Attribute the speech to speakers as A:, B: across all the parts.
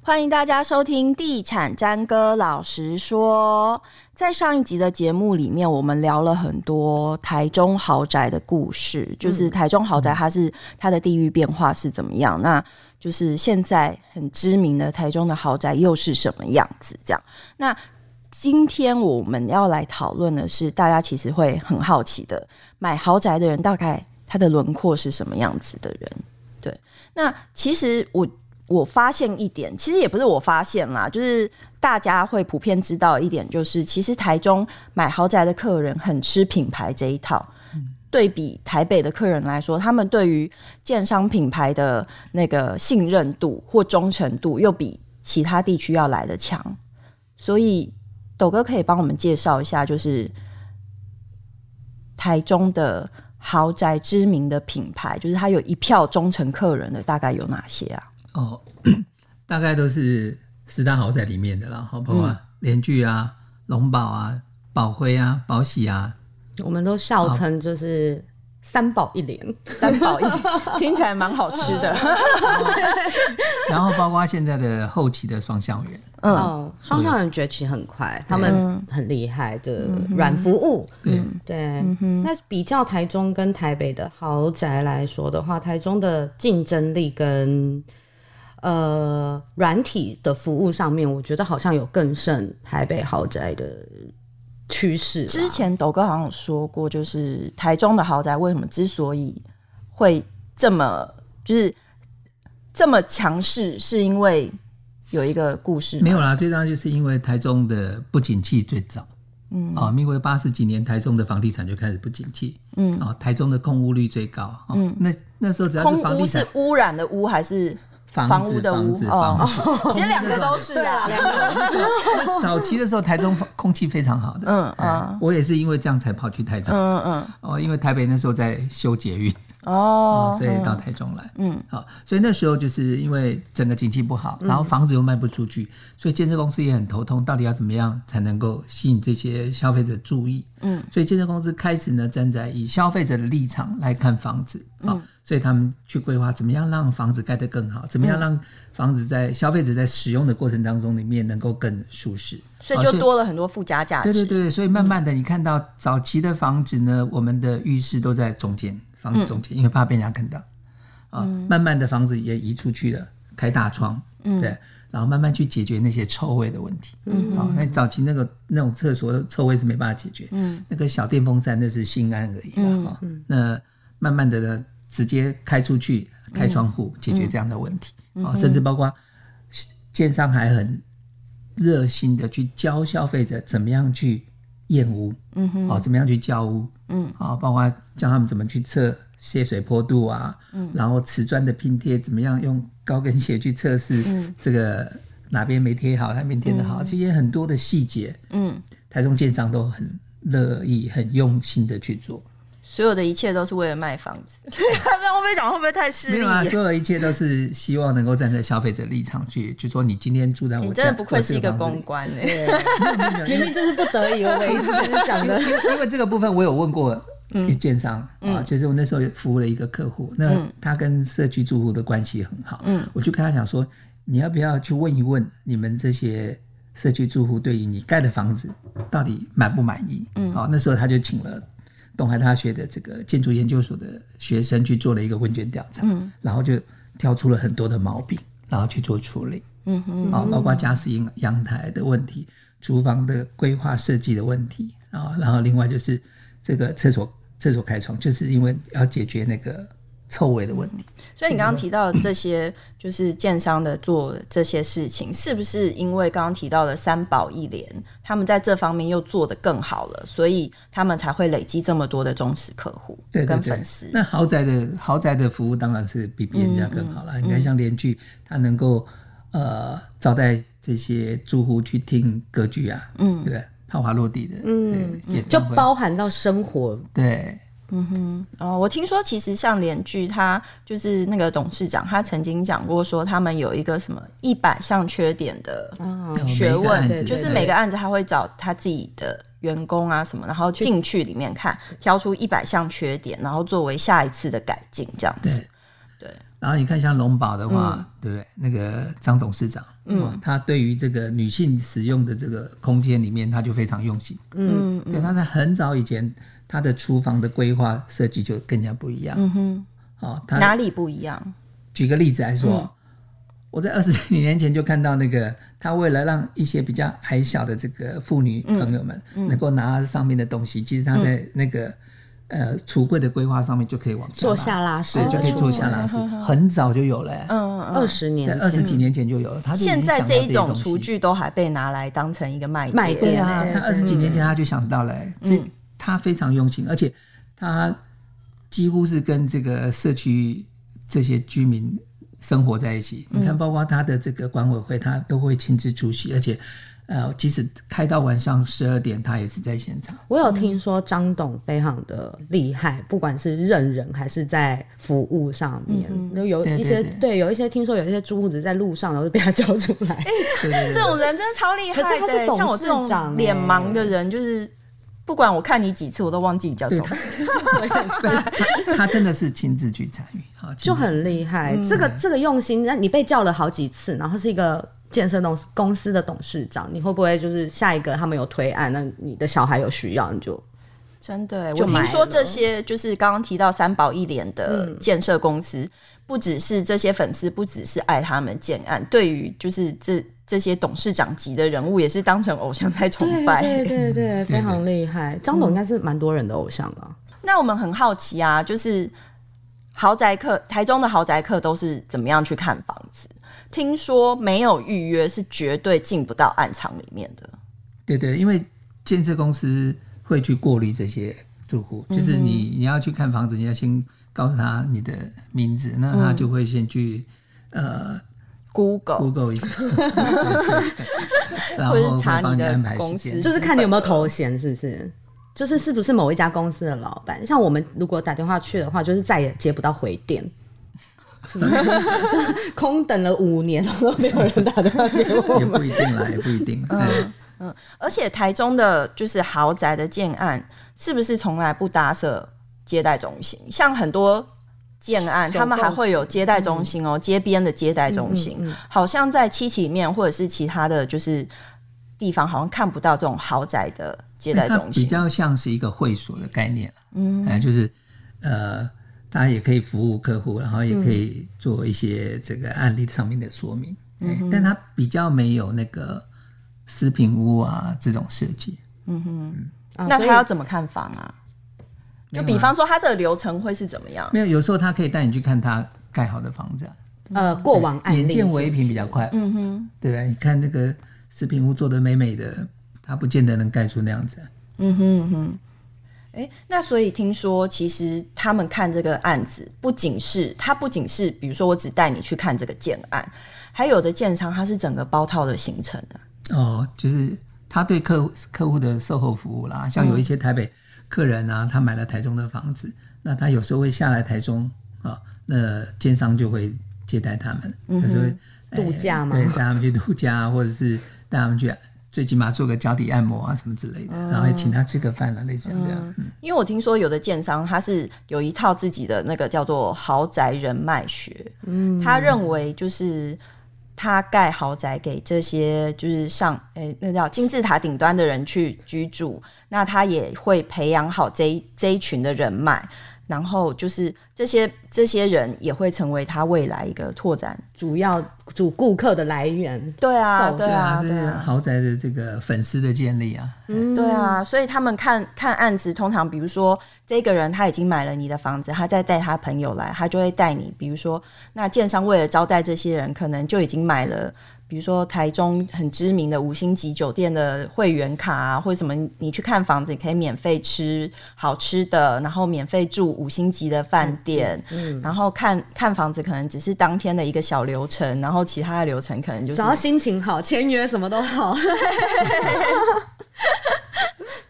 A: 欢迎大家收听《地产詹哥老实说》。在上一集的节目里面，我们聊了很多台中豪宅的故事，就是台中豪宅它是它的地域变化是怎么样，那就是现在很知名的台中的豪宅又是什么样子这样。那今天我们要来讨论的是，大家其实会很好奇的，买豪宅的人大概他的轮廓是什么样子的人？对，那其实我我发现一点，其实也不是我发现啦，就是大家会普遍知道一点，就是其实台中买豪宅的客人很吃品牌这一套。对比台北的客人来说，他们对于建商品牌的那个信任度或忠诚度，又比其他地区要来的强。所以，斗哥可以帮我们介绍一下，就是台中的豪宅知名的品牌，就是它有一票忠诚客人的，大概有哪些啊？
B: 哦， 大概都是十大豪宅里面的啦，好不好、
A: 嗯
B: 啊？联聚啊、龙宝啊、宝辉啊、宝喜啊，
C: 我们都笑称就是三宝一连，
A: 三宝一 点，听起来蛮好吃的。
B: 然后包括现在的后期的双向园，
A: 嗯，
C: 哦，双向人崛起很快，他们很厉害的软服务，
B: 对，
A: 嗯
C: 对。那比较台中跟台北的豪宅来说的话，台中的竞争力跟呃软体的服务上面，我觉得好像有更胜台北豪宅的趋势啦。
A: 之前斗哥好像有说过，就是台中的豪宅为什么之所以会这么就是这么强势，是因为有一个故事吗
B: 没有啦，最重要就是因为台中的不景气最早。嗯，哦，民国八十几年，台中的房地产就开始不景气。嗯，哦，台中的空屋率最高。哦，那那时候只要
A: 嗯
B: 是
A: 空
B: 房
A: 屋
B: 地
A: 是
B: 产，
A: 污染的污还是
B: 房
A: 屋
B: 子、
A: 的
B: 房
A: 屋
B: 子、？
A: 哦
B: 房，子，
A: 其实两个都 是啊，两个都是。
B: 早期的时候，台中空气非常好的。
A: 嗯
B: 哎我也是因为这样才跑去台中。
A: 嗯嗯
B: 哦，因为台北那时候在修捷运，
A: 嗯，
B: 哦
A: 哦，，
B: 所以到台中来，嗯，好、所以那时候就是因为整个景气不好，
A: 嗯
B: 然后房子又卖不出去，所以建设公司也很头痛，到底要怎么样才能够吸引这些消费者注意？嗯，所以建设公司开始呢，站在以消费者的立场来看房子，
A: 嗯
B: 啊、所以他们去规划怎么样让房子盖得更好，怎么样让房子在消费者在使用的过程当中里面能够更舒适，哦
A: 所以
B: 好
A: 就多了很多附加价值。
B: 对对对，所以慢慢的，你看到早期的房子呢，我们的浴室都在中间，房子中间，因为怕被人家看到啊。慢慢的，房子也移出去了，开大窗，对，然后慢慢去解决那些臭味的问题。嗯，啊，那早期那个那种厕所的臭味是没办法解决，嗯，那个小电风扇那是心安而已啦。哈、那慢慢的呢，直接开出去，开窗户、解决这样的问题啊，甚至包括建商还很热心的去教消费者怎么样去验屋，嗯哼，哦，怎么样去教屋，嗯，啊、包括教他们怎么去测泄水坡度啊，嗯，然后瓷砖的拼贴怎么样用高跟鞋去测试
A: 嗯
B: 这个哪边没贴好，哪边贴的好，这些很多的细节，
A: 嗯，
B: 台中建商都很乐意、很用心的去做，
A: 所有的一切都是为了卖房 子。这样会不会讲会不会太势
B: 没
A: 利
B: 有
A: 啊
B: 啊，？所有的一切都是希望能够站在消费者立场去，就说你今天住在我
A: 你
B: 家，
A: 真的不愧
B: 我
A: 是
B: 这
A: 一个
B: 房子里
A: 公关哎、
C: 明明就是不得已而为之 讲的。
B: 因为因为这个部分我有问过一建商、啊，就是我那时候服务了一个客户，那他跟社区住户的关系很好，嗯，我就跟他讲说，你要不要去问一问你们这些社区住户对于你盖的房子到底满不满意？嗯，好、那时候他就请了。东海大学的这个建筑研究所的学生去做了一个问卷调查，嗯、然后就挑出了很多的毛病，然后去做处理。
A: 嗯
B: 啊，
C: 嗯
B: 包括家私阳阳台的问题、厨房的规划设计的问题啊，然后另外就是这个厕所厕所开窗，就是因为要解决那个臭味的问题。
A: 所以你刚刚提到的这
B: 嗯
A: 些，就是建商的做的这些事情，是不是因为刚刚提到的三宝一联，他们在这方面又做得更好了，所以他们才会累积这么多的忠实客户
B: 对对
A: 跟
B: 对
A: 粉丝，？
B: 那豪宅的豪宅的服务当然是比别人家更好了。你看像联聚，它能够呃招待这些住户去听歌剧啊，嗯，对不对？帕华落地的，嗯，演
C: 就
B: 唱会
C: 包含到生活，
B: 对
A: 哦，我听说其实像联剧，他就是那个董事长，他曾经讲过说，他们有一个什么一百项缺点的
B: 嗯
A: 学
B: 哦每个案
A: 问，
B: 子
A: 就是
B: 对
A: 每个案子他会找他自己的员工啊什么，然后进去里面看，挑出一百项缺点，然后作为下一次的改进这样子。
B: 然后你看像龙宝的
A: 嗯
B: 话，对不对？那个张董事长，嗯，他对于这个女性使用的这个空间里面，他就非常用心。
A: 嗯
B: 对，他在很早以前，他的厨房的规划设计就更加不一样。
A: 嗯哼，
B: 哦，
A: 哪
B: 他
A: 里不一样？
B: 举个例子来说，
A: 嗯
B: 我在二十几年前就看到那个，他为了让一些比较矮小的这个妇女朋友们
A: 嗯
B: 能够拿上面的东西，其实他在那个、呃橱柜的规划上面就可以往
C: 坐
B: 下
C: 下
B: 拉，
C: 拉屎
B: 对，
A: 哦
B: 就可以坐下拉屎，很早就有了、欸。
A: 嗯嗯
C: 二十年
B: 对，
C: 前
B: 二十几年前就有了。他就已经
A: 现在
B: 想到
A: 这
B: 这
A: 一种
B: 些东
A: 厨
B: 西
A: 具都还被拿来当成一个卖
C: 卖
B: 对
C: 店
B: 啊
C: 对，
B: 他二十几年前他就想到了、欸所
A: 嗯
B: 以他非常用心，而且他几乎是跟这个社区这些居民生活在一起。
A: 嗯
B: 你看，包括他的这个管委会，他都会亲自出席，而且呃，即使开到晚上十二点，他也是在现场。
C: 我有听说张董非常的厉害，不管是认人还是在服务上面，就有
B: 对
C: 一
B: 对
C: 些
B: 对
C: 有一些听说有一些租户只在路上，然后就被他叫出来。
B: 对对
A: 这种人真的超厉害
C: 可是他是
A: 的，
C: 董
A: 像我这
C: 事长
A: 种
C: 欸
A: 脸盲的人，就是不管我看你几次，我都忘记你叫 什么。
B: 对，他真的是亲自去参与啊，亲自
C: 就很厉害。
B: 嗯
C: 这个这个用心，那你被叫了好几次，然后是一个健身董事公司的董事长，你会不会就是下一个他们有推案，那你的小孩有需要，你就
A: 真的欸，
C: 就
A: 我
C: 买
A: 听
C: 了
A: 说这些就是刚刚提到三宝一联的建设公司，
C: 嗯
A: 不只是这些粉丝，不只是爱他们建案，对于就是这这些董事长级的人物，也是当成偶像在崇拜。
C: 对对对，非常厉害。嗯张董应该是蛮多人的偶像啊。
A: 那我们很好奇啊，就是豪宅客，台中的豪宅客都是怎么样去看房子？听说没有预约是绝对进不到暗场里面的。
B: 对对，因为建设公司会去过滤这些住户，就是你你要去看房子，你要先告诉他你的名字，那他就会先去、呃
A: Google，
B: Google 一下，然后会帮你安排时间。
C: 就是看你有没有头衔，是不是？就是是不是某一家公司的老板？像我们如果打电话去的话，就是再也接不到回电，是不是？就空等了五年都没有人打电话给我
B: 也
C: 们。
B: 不一定啦，也不一定。 嗯，
A: 而且台中的就是豪宅的建案，是不是从来不搭设接待中心？像很多建案，
C: 手
A: 他们还
C: 工
A: 会有接待中心哦，街边的接待中心，好像在七期里面或者是其他的就是地方，好像看不到这种豪宅的接待
B: 它
A: 中
B: 比
A: 心。
B: 较像是一个会所的概念嗯，哎，就是呃，大家也可以服务客户，然后也可
C: 嗯
B: 以做一些这个案例上面的说明。哎但它比较没有那个食品屋啊这种设计。
C: 啊
A: 那他
C: 所以
A: 要怎么看房啊？
B: 没
A: 就
B: 有啊
A: 比方说，他的流程会是怎么样？
B: 没有，有时候他可以带你去看他盖好的房子、啊。
C: 呃过往案例，
B: 眼见
C: 是
B: 为
C: 不
B: 凭
C: 是
B: 比较快，
A: 嗯哼，
B: 对吧？你看那个食品屋做的美美的，它不见得能盖出那样子啊。
A: 嗯哼嗯哼。哎、那所以听说，其实他们看这个案子，不仅是他不仅是，比如说我只带你去看这个建案，还有的建商他是整个包套的行程啊。
B: 哦，就是他对客户客户的售后服务啦，像
C: 嗯
B: 有一些台北客人啊，他买了台中的房子，那他有时候会下来台中啊、那建商就会接待他们，有时候会
C: 嗯度假嘛
B: 对，带他们去度假啊，或者是带他们去。最起码做个脚底按摩啊，什么之类的，然后
C: 哦
B: 也请他吃个饭啊，类似像这样。嗯
A: 因为我听说有的建商他是有一套自己的那个叫做豪宅人脉学，嗯，他认为就是他盖豪宅给这些就是上诶、那叫金字塔顶端的人去居住，那他也会培养好这一这一群的人脉，然后就是这些这些人也会成为他未来一个拓展，
C: 主要主顾客的来源。
A: 对啊，
C: So-
A: 对啊，
B: 嗯这
A: 对
B: 是
A: 啊。
B: 豪宅的这个粉丝的建立啊，
A: 对啊，所以他们看看案子，通常比如说这个人他已经买了你的房子，他再带他朋友来，他就会带你，比如说那建商为了招待这些人，可能就已经买了，比如说台中很知名的五星级酒店的会员卡啊，或者什么，你去看房子你可以免费吃好吃的，然后免费住五星级的饭店，然后看看房子可能只是当天的一个小流程，然后其他的流程可能就是
C: 嗯只要心情好，签约什么都好。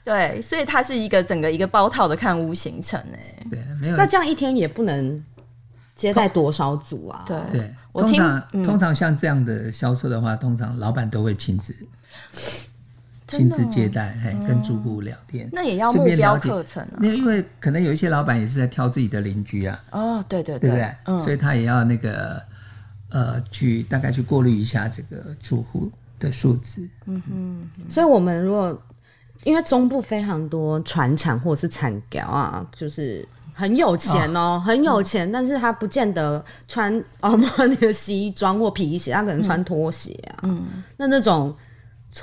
A: 对，所以它是一个整个一个包套的看屋行程哎、
B: 对，没有
C: 嗯那这样一天也不能接待多少组啊？
A: 对，
B: 对，
A: 我
B: 通
A: 听嗯
B: 常通常像这样的销售的话，通常老板都会亲自亲自接待，哎，跟住户聊天。
A: 哦那也要
B: 顺
A: 目
B: 便
A: 标
B: 了解
A: 课程啊。
B: 那因为可能有一些老板也是在挑自己的邻居啊，
A: 哦，对对
B: 对不对？
A: 嗯，
B: 所以他也要那个呃，去大概去过滤一下这个住户的数字。
C: 所以我们如果因为中部非常多船产或者是产条啊，就是很有钱哦、很有钱，但是他不见得穿哦 阿玛尼的西装或皮鞋，他可能穿拖鞋啊。那那种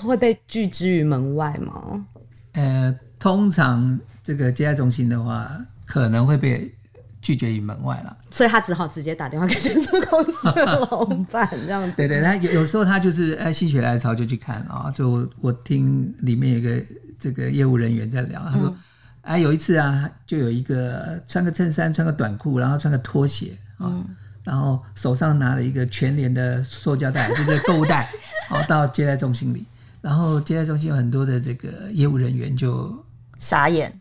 C: 会被拒之于门外吗？
B: 呃，通常这个接待中心的话，可能会被拒绝于门外了。
C: 所以他只好直接打电话给建设公司 的老板，这样子。
B: 对对，他有有时候他就是哎心血来潮就去看啊、就我我听里面有一个这个业务人员在聊，他说，哎有一次啊，就有一个穿个衬衫、穿个短裤，然后穿个拖鞋啊、然后手上拿了一个全联的塑胶袋，就是购物袋， 哦到接待中心里，然后接待中心有很多的这个业务人员就
A: 傻眼，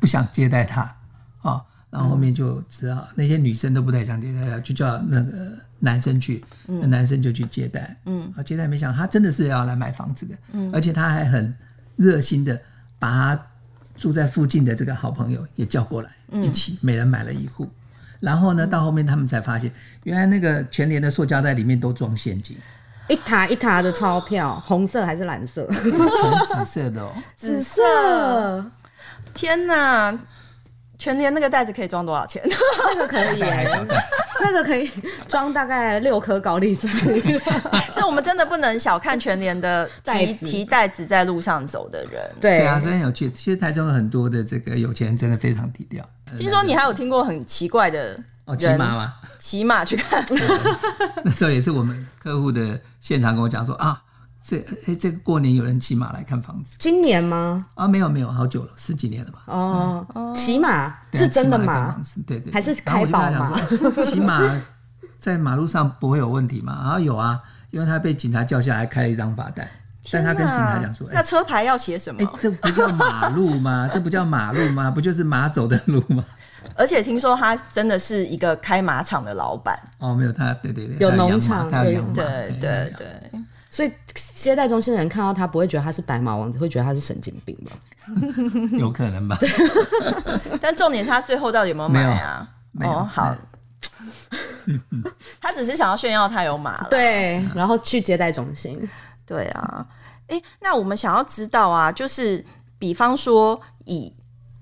B: 不想接待他啊、哦然后后面就只好、那些女生都不太想接待他，就叫那个男生去，那男生就去接待，嗯，啊，接待没想到他真的是要来买房子的，嗯，而且他还很热心的把他住在附近的这个好朋友也叫过来，一起每人买了一户。然后呢，到后面他们才发现，原来那个全联的塑胶袋里面都装现金，
C: 一沓一沓的钞票，红色还是蓝色？
B: 可能紫色的哦。
A: 紫色，天哪！全年那个袋子可以装多少钱？
C: 那个可以耶、
B: 还小袋
C: 那个可以装大概六颗高丽菜。
A: 所以我们真的不能小看全年的
C: 袋
A: 提
C: 子
A: 提袋子在路上走的人。
C: 对
B: 对啊，所以很有趣。其实台中有很多的这个有钱人真的非常低调。
A: 听说你还有听过很奇怪的
B: 哦，骑
A: 人
B: 马吗？
A: 骑马去 看，
B: 那时候也是我们客户的现场跟我讲说啊，这哎这个过年有人骑马来看房子
C: 今年吗？
B: 啊？没有没有，好久了，十几年了吧？
C: 哦，
A: 嗯
C: 骑马
B: 对啊
C: 是真的
B: 骑马来看
C: 马
B: 房，子？对对，
C: 还是
B: 然后我就
C: 开宝
B: 跟他讲 说骑马在马路上不会有问题吗？啊有啊，因为他被警察叫下来开了一张罚单，但他跟警察讲说，
A: 天哪那
B: 哎
A: 车牌要写什
B: 哎
A: 么？
B: 这不叫马路吗？这不叫马路吗？不就是马走的路吗？
A: 而且听说他真的是一个开马场的老板，
B: 哦，没有，他对对对，
C: 有
B: 他养
C: 农
B: 马
C: 场
B: 他有
C: 有
B: 养马，哎
A: 对对
B: 对
A: 对，
C: 所以接待中心的人看到他不会觉得他是白马王子，会觉得他是神经病吧？
B: 对，有可能吧？
A: 但重点是他最后到底有没有买啊？
B: 没有没有
A: 哦，好， 他只是想要炫耀他有马了。
C: 对，然后去接待中心，
A: 对啊，诶，那我们想要知道啊，就是比方说以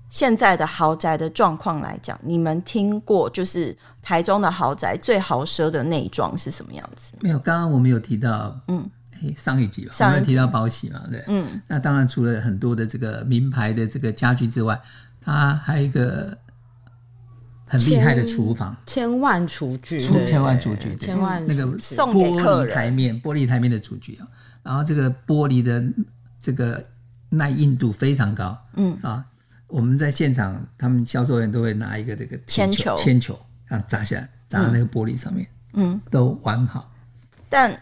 A: 现在的豪宅的状况来讲，你们听过就是台中的豪宅最豪奢的内装是什么样子？
B: 没有，刚刚我们有提到，
A: 嗯
B: 嗯，上一集吧，我
A: 上一集
B: 们有提到保喜嘛，对，
A: 嗯，
B: 那当然除了很多的这个名牌的这个家具之外，它还有一个很厉害的厨房，
C: 千万厨具，
B: 厨
C: 对
B: 千万厨具，对
C: 千万
B: 那个
C: 厨具
A: 送给
B: 玻
A: 客
B: 璃
A: 人
B: 台面，玻璃台面的厨具啊，然后这个玻璃的这个耐硬度非常高，
A: 嗯
B: 啊，我们在现场，他们销售人都会拿一个这个
A: 铅
B: 铅
A: 球
B: 铅球啊砸下来，砸到那个玻璃上面，
A: 嗯，
B: 都完好。
A: 但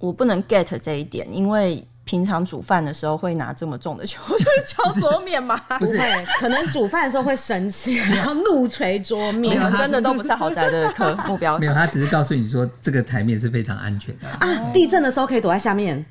A: 我不能 get 这一点，因为平常煮饭的时候会拿这么重的 球，就是敲桌面 嘛。
C: 不会，可能煮饭的时候会生气，然后怒捶桌
A: 你
C: 面。
A: 们真的都不是豪宅的 客目标
B: 没有，他只是告诉你说这个台面是非常安全的。
C: 啊，地震的时候可以躲在下面，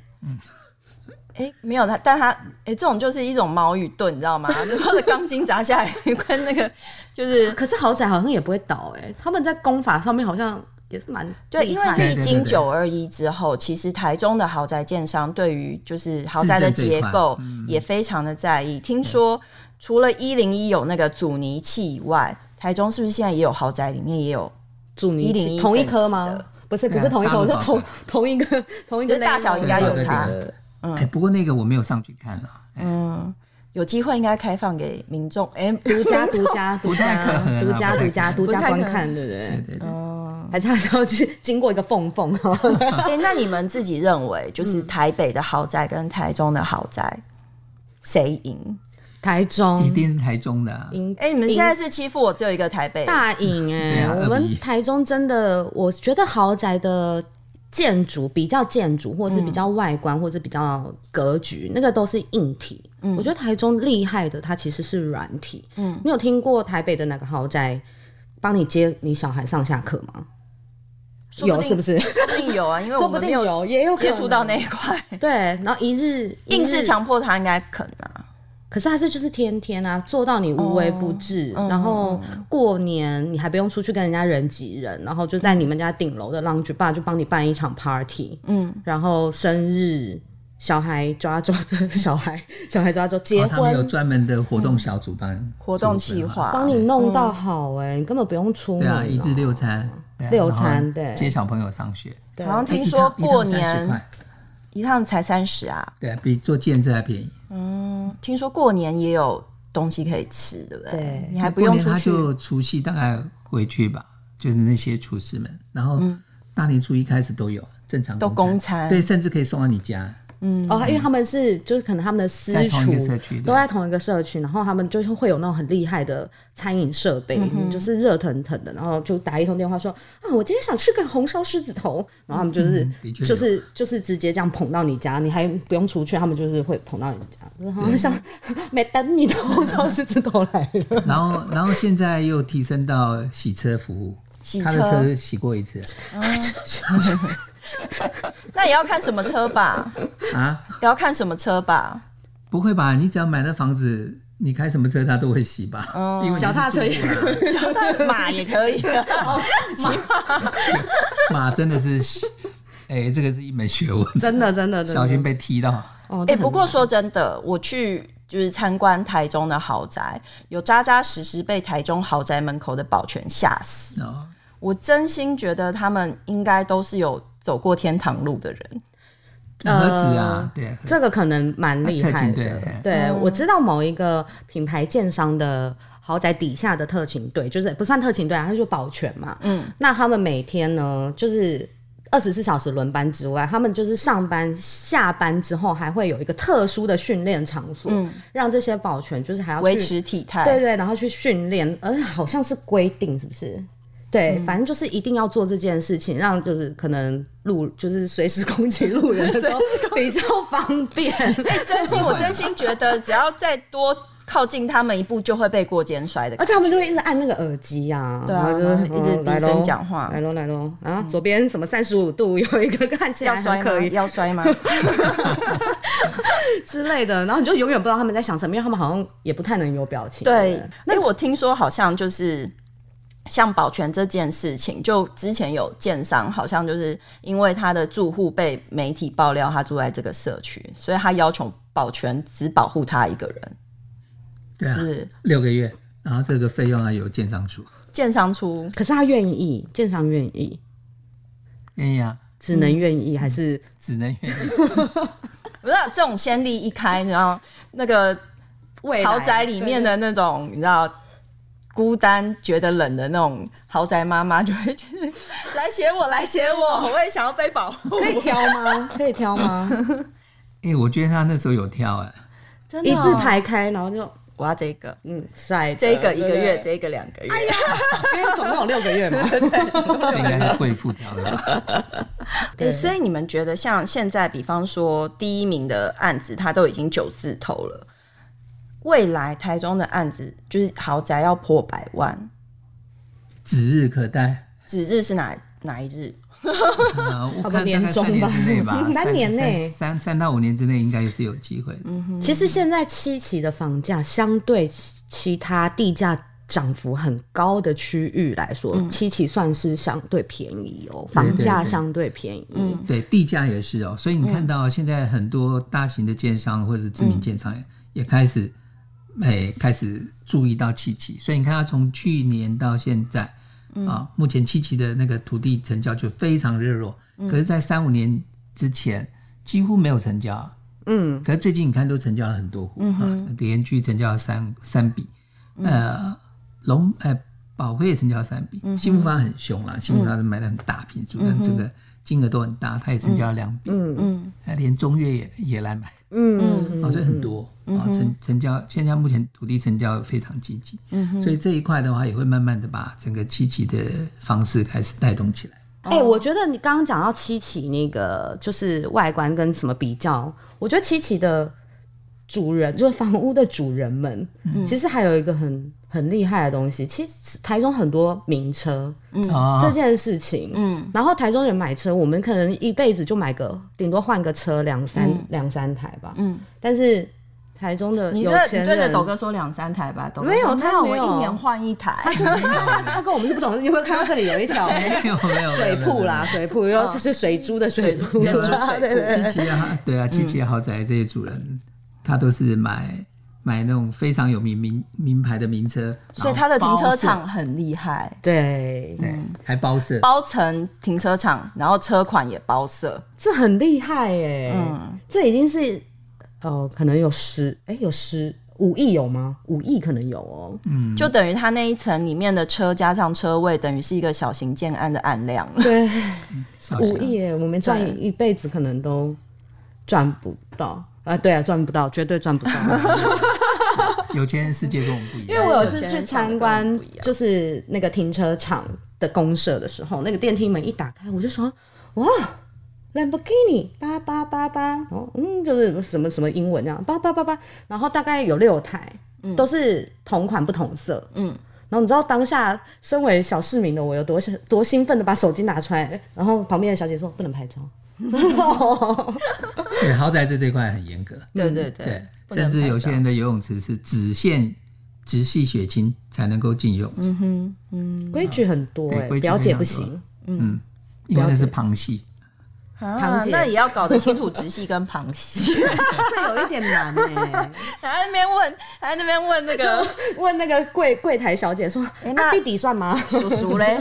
A: 哎、没有他，但他哎、这种就是一种矛与盾，你知道 吗？他的钢筋砸下来， 跟那个就是
C: 可是豪宅好像也不会倒哎、他们在功法上面好像也是蛮
A: 对，
C: 厉
A: 因为
C: 害的
A: 历
B: 对
A: 经
B: 对对
A: 九二一之后，其实台中的豪宅建商对于就是豪宅的
B: 自证这
A: 结
B: 一块嗯
A: 构也非常的在意。听说除了一零一有那个阻尼器以外，台中是不是现在也有豪宅里面也有，
C: 阻尼器
A: 101
C: 同一颗
A: 等级
C: 吗
A: 的？
C: 不是不
B: 对
C: 是
B: 啊
C: 同一颗，我说
B: 大陆
C: 同
B: 版
C: 同一个同一
A: 就是
C: 个
A: 大
C: level
A: 小应该有差
B: 对对对哎，不过那个我没有上去看啊，
A: 嗯，有机会应该开放给民众，哎、
C: 独家独家独
B: 不太
C: 家
B: 可能啊
C: 独家
B: 不太
C: 独
B: 可
C: 家
B: 能
C: 独
A: 不
C: 家
A: 太可
C: 观
A: 能
C: 看，对不
B: 对
C: 对？
B: 对对，
C: 还是还要去经过一个缝缝啊？
A: 哎、那你们自己认为，
C: 嗯
A: 就是台北的豪宅跟台中的豪宅谁赢？
C: 台
A: 嗯
C: 中
B: 一定是台中的啊。
C: 赢
A: 哎、你们现在是欺负我只有一个台北，
C: 大赢
B: 对
C: 哎、
B: 啊二
C: 我
B: 比
C: 们
B: 一
C: 台中真的，
A: 嗯
C: 我觉得豪宅的建筑比较建筑，或是比较外观，或是比较格局，那个都是硬体。我觉得台中厉害的，它其实是软体。嗯，你有听过台北的哪个豪宅帮你接你小孩上下课吗？
A: 说
C: 有
A: 定
C: 是不是？
A: 说不定有啊，因为我
C: 说不
A: 们
C: 定
A: 没有
C: 有，也有可
A: 接触到那
C: 能
A: 一块，
C: 对，然后一日
A: 硬是，
C: 一日
A: 强迫他应该肯啊。
C: 可是他是就是天天啊，做到你无微不至，
B: 嗯
A: 哦
C: 然后过年你还不用出去跟人家人挤人，然后就在你们家顶楼的 lounge bar 就帮你办一场 party，
A: 嗯，
C: 然后生日。小孩抓 周的小孩，小孩抓周结
B: 哦他们有
C: 婚，
B: 专门的活动小组帮、
A: 嗯活动企划嗯
C: 帮、你弄到好哎、你根本不用出
B: 嗯对
C: 门
B: 啊，
C: 了。
B: 一日六餐，对啊
C: 六餐
B: 然后
C: 对
B: 接小朋友上学，
C: 对啊
A: 好像
B: 哎
A: 听
B: 一
A: 说
B: 趟一趟
A: 过
B: 30
A: 年
B: 块
A: 一趟才三十啊，
B: 对啊，比坐建车还便宜。
A: 嗯，听说过年也有东西可以吃，对不对？
C: 对
A: 你还不用
B: 过年
A: 出
B: 他
A: 去，
B: 就除夕大概回去吧，就是那些厨师们，然后大年初一开始都有正
A: 嗯
B: 常
A: 都公
B: 公
A: 餐
B: 嗯对，甚至可以送到你家，
C: 哦，因为他们是就是可能他们的私
B: 嗯在同一
C: 厨
B: 个社区
C: 都
B: 对。
C: 在同一个社区，然后他们就是会有那种很厉害的餐饮设备，
B: 嗯
C: 就是热腾腾的，然后就打一通电话说啊，我今天想吃个红烧狮子头，然后他们就是、
B: 嗯的确有
C: 就是就是直接这样捧到你家，你还不用出去，他们就是会捧到你家，然后像
B: 嗯
C: 没等你的红烧狮子头来了，
B: 然后，然后现在又提升到洗车服务，
A: 洗
B: 他的
A: 车
B: 车洗过一次
A: 那也要看什么车吧，
B: 啊？
A: 也要看什么车吧。
B: 不会吧？你只要买了房子，你开什么车他都会洗吧？
A: 嗯
B: 因为你是
C: 脚踏车也
B: 住户啊
A: 小大马也可以，啊
C: 哦
B: 马真的是洗，哎，这个是一门学问，
C: 真的真的真的
B: 小心被踢到。
C: 哦，
A: 哎、
C: 那很
A: 不过说真的，我去就是参观台中的豪宅，有扎扎实实被台中豪宅门口的保全吓死。
B: 哦，
A: 我真心觉得他们应该都是有走过天堂路的人。
B: 盒子啊，对啊，盒子
C: 这个可能蛮厉害
B: 特勤队
C: 的。对，
A: 嗯
C: 我知道某一个品牌建商的豪宅底下的特勤队，就是不算特勤队啊，它就保全嘛。嗯，那他们每天呢，就是。二十四小时轮班之外，他们就是上班、下班之后还会有一个特殊的训练场所，让这些保全就是还要去
A: 嗯维持体态。
C: 啊对对，然后去训练，而且好像是规定，是不是？对，
A: 嗯
C: 反正就是一定要做这件事情，让就是可能路就是随时攻击路 人的时候比较方便。
A: 真心我真心觉 得，只要再多靠近他们一步，就会被过肩摔的
C: 而。且他们就会一直按那个耳机啊，
A: 对啊
C: 然后就
A: 然后
C: 是
A: 一直
C: 嗯来
A: 低声
C: 咯
A: 讲话嗯
C: 来喽来喽，啊，左边什么三十五度有一个看起来
A: 要摔吗
C: 很可？疑
A: 要摔吗？
C: 之类的，然后你就永远不知道他们在想什么，因为他们好像也不太能有表情。
A: 对，那我听说好像就是像保全这件事情，就之前有建商好像就是因为他的住户被媒体爆料他住在这个社区，所以他要求保全只保护他一个人，
B: 对啊
A: 就，是
B: 六个月，然后这个费用啊有建商出。
A: 建商出
C: 可是他愿意，建商愿意，
B: 哎呀，
C: 只
A: 嗯
C: 能愿意、还是
B: 只能愿意。
A: 不知道这种先例一开，然后那个
C: 未来
A: 豪宅里面的那种，你知道。孤单觉得冷的那种豪宅妈妈就会觉得来写我，来写我，我也想要被保护。
C: 可以挑吗？ 可以挑吗？
B: 哎，我觉得他那时候有挑哎，
A: 真
C: 一
A: 哦
C: 字，排开，然后就
A: 我要这个，
C: 嗯帅的，
A: 这个一个
C: 对
A: 月，
C: 不对
A: 这个两个月。
C: 因为总共有六个月嘛。
B: 这应该是贵妇挑的吧？
A: 对、所以你们觉得像现在，比方说第一名的案子，它都已经九字头了，未来台中的案子就是豪宅要破百万，
B: 指日可待
A: 指日是哪哪一日？
B: 啊！我
C: 不多
B: 看大
C: 年
B: 概
C: 终
B: 三年
C: 吧
B: 之内吧
C: ，三年内嗯
B: 三三三到五年之内应该是有机会的。
C: 其实现在七期的房价相对其其他地价涨幅很高的区域来说，
A: 嗯
C: 七期算是相对便宜哦，房价相对便宜。
A: 嗯
B: 对，地价也是哦，所以你看到现在很多大型的建商或者是知名建商也也开始，哎，开始注意到七期，所以你看它从去年到现在，
C: 嗯
B: 啊，目前七期的那个土地成交就非常热络，
C: 嗯
B: 可是，在三五年之前几乎没有成交啊，
C: 嗯，
B: 可是最近你看都成交了很多户、啊，连续成交了三三笔，
C: 嗯
B: 呃，龙呃宝辉也成交了三
C: 嗯
B: 笔，新复发很凶啦，新复发是买的很大平数，但这个金额都很大，它也成交了两笔，
C: 嗯
A: 嗯，
B: 呃连中越也也来买，
C: 嗯嗯
B: 啊，所以很多啊，成成交现在目前土地成交非常积极，
C: 嗯
B: 所以这一块的话也会慢慢的把整个七期的方式开始带动起来。
C: 哎、我觉得你刚刚讲到七期那个就是外观跟什么比较，我觉得七期的主人，就是房屋的主人们，
A: 嗯
C: 其实还有一个很很厉害的东西。其实台中很多名车、
B: 啊
C: 嗯这件事情，
A: 嗯
C: 然后台中人买车，我们可能一辈子就买个顶多换个车两三两、三台吧，
A: 嗯，
C: 但是台中的
A: 你
C: 有
A: 对
C: 钱
A: 你对着
C: 人，
A: 斗哥说两三台吧，斗哥
C: 没有
A: 说
C: 他
A: 那
C: 没
A: 我
C: 有
A: 一年换一台，
C: 他就是他他跟我们是不同的，你有没有看到这里有一条
B: 没有没有没有
C: 水库啦，水库又是是水珠的水库，
B: 没有
C: 对对对
B: 七期啊，对啊，七期豪宅这些主人，他都是买买那种非常有名名名牌的名车，
A: 所以他
B: 他
A: 的停车场嗯很厉害，
C: 对，
B: 对还包色，
A: 包层停车场，然后车款也包色，
C: 这很厉害耶，
A: 嗯
C: 这已经是哦、可能有十哎、有十五亿有吗？五亿可能有哦，
A: 就等于他那一层里面的车加上车位，等于是一个小型建案的案量了。
C: 对，
B: 少
C: 五
B: 钱
C: 亿耶，我们赚一辈子可能都赚不到。啊，对啊，赚不到，绝对赚不到。
B: 有钱人世界跟我们不一
C: 因
B: 样
C: 为。我有一次去参观，就是那个停车场的公社的时候，那个电梯门一打开，我就说哇，Lamborghini 八八八八，哦，嗯，就是什么什么英文这样八八八八，然后大概有六台，都是同款不同色，嗯。然后你知道当下身为小市民的我有多多兴奋的把手机拿出来，然后旁边的小姐说不能拍 照，
B: 对，豪宅在这块很严格，
A: 对嗯对对
B: 对，
A: 不能
B: 甚至有些
A: 拍
B: 人的游泳池是只限直系血亲才能够进游泳
A: 嗯
B: 池，
C: 规矩很多
B: 对
C: 哎、
B: 规矩
C: 表姐不
B: 非常多
C: 行，
B: 嗯，因为那是旁系。
A: 照啊
C: 堂，姐
A: 那也要搞得清楚直系跟旁 系，
C: 这有一点难哎、
A: 还在那边问，还在那边问那个
C: 问那个柜柜台小姐说：“
A: 诶
C: 哎那、
A: 那
C: 弟弟算吗
A: 叔 叔嘞，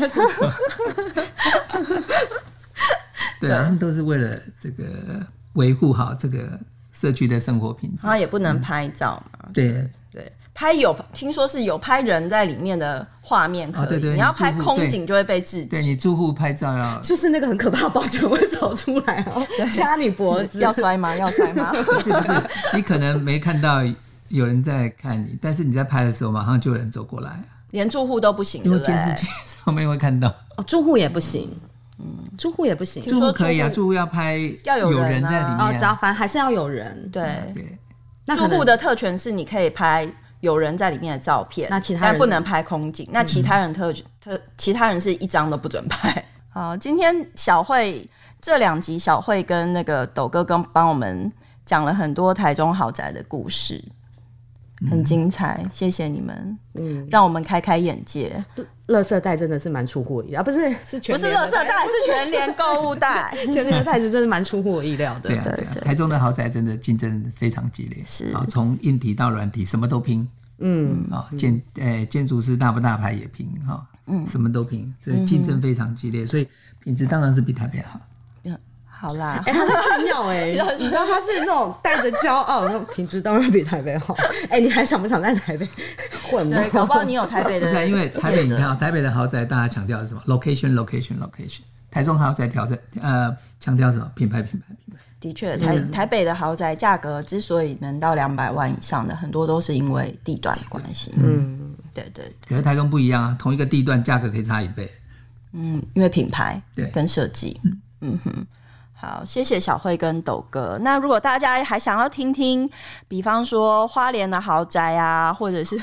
B: 对啊，他们都是为了这个维护好这个社区的生活品质
A: 然。后也不能拍照嘛，
B: 对，
A: 对，拍有听说是有拍人在里面的画面可以，
B: 哦对对
A: 你要拍
B: 你住户
A: 空
B: 对
A: 景就会被制
B: 对
A: 止，
B: 你住户拍 照要？”，
C: 就是那个很可怕的保全会走出来哦，掐你脖子。
A: 要摔吗？要摔吗？
B: 不是不是，你可能没看到有人在看你，但是你在拍的时候，马上就有人走过来，啊
A: 连住户都不 行，
B: 因
A: 对
B: 为
A: 不对
B: 监？视器上面会看 到。
C: 哦，住户也不行，嗯，住户也不行
A: 听
B: 住
A: 说
B: 户可以
A: 住
B: 啊，
A: 户
B: 住户要拍
A: 要有人啊
B: 人在里
C: 哦，
B: 面
C: 只要
B: 啊。
C: 反正还是要有人。
A: 对，
B: 对，
C: 那可
A: 住
C: 能
A: 户的特权是你可以拍有人在里面的照片，
C: 那其他人
A: 但不能拍空景。那其他人特、特其他人是一张都不准拍。好，今天小慧这两集，小慧跟那个斗哥跟帮我们讲了很多台中豪宅的故事，很精彩，谢谢你们，
C: 嗯，
A: 让我们开开眼界。
C: 垃圾袋真的是蛮出乎我意料，啊不是是全
A: 不是
C: 联的
A: 垃圾袋，是全联购物袋。
C: 全联的袋子真的蛮出乎我意料 的
B: 对。啊，
A: 对
B: 对啊
A: 对，
B: 台中的豪宅真的竞争非常激烈，
A: 是
B: 啊，从硬体到软体，什么都拼
C: 嗯，
B: 啊，建呃建筑师大不大牌也拼哈，嗯，什么都拼，这竞争非常激烈，所以品质当然是比台北好。
A: 嗯好 啦，
C: 哎，他是炫耀 哎，你知道他是那种带着骄傲，那种品质当然比台北好。哎，你还想不想在台北 混
A: 对，搞不好
C: 啊？
A: 你有台北
B: 不
A: 的
B: 是、啊，
A: 业者，
B: 因为台北你看啊，台北的豪宅大家强调是什么？location location location。台中豪宅挑战呃强调什么？品牌品牌品牌。
A: 的确，台、台北的豪宅价格之所以能到两百万以上的，很多都是因为地段的关系。嗯，对对，
B: 可是台中不一样啊，同一个地段价格可以差一倍。
A: 嗯，因为品牌
B: 对
A: 跟设计。嗯哼，好，谢谢小慧跟斗哥。那如果大家还想要听听，比方说花莲的豪宅啊，或者是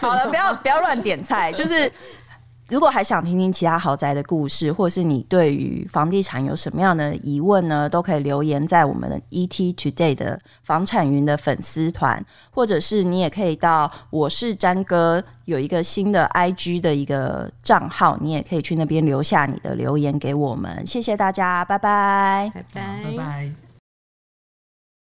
A: 好了，不要不要乱点菜，就是。如果还想听听其他豪宅的故事，或是你对于房地产有什么样的疑问呢，都可以留言在我们的 ET Today 的房产云的粉丝团，或者是你也可以到我是詹哥有一个新的 IG 的一个账号，你也可以去那边留下你的留言给我们。谢谢大家，拜拜。
C: 拜
B: 好拜拜。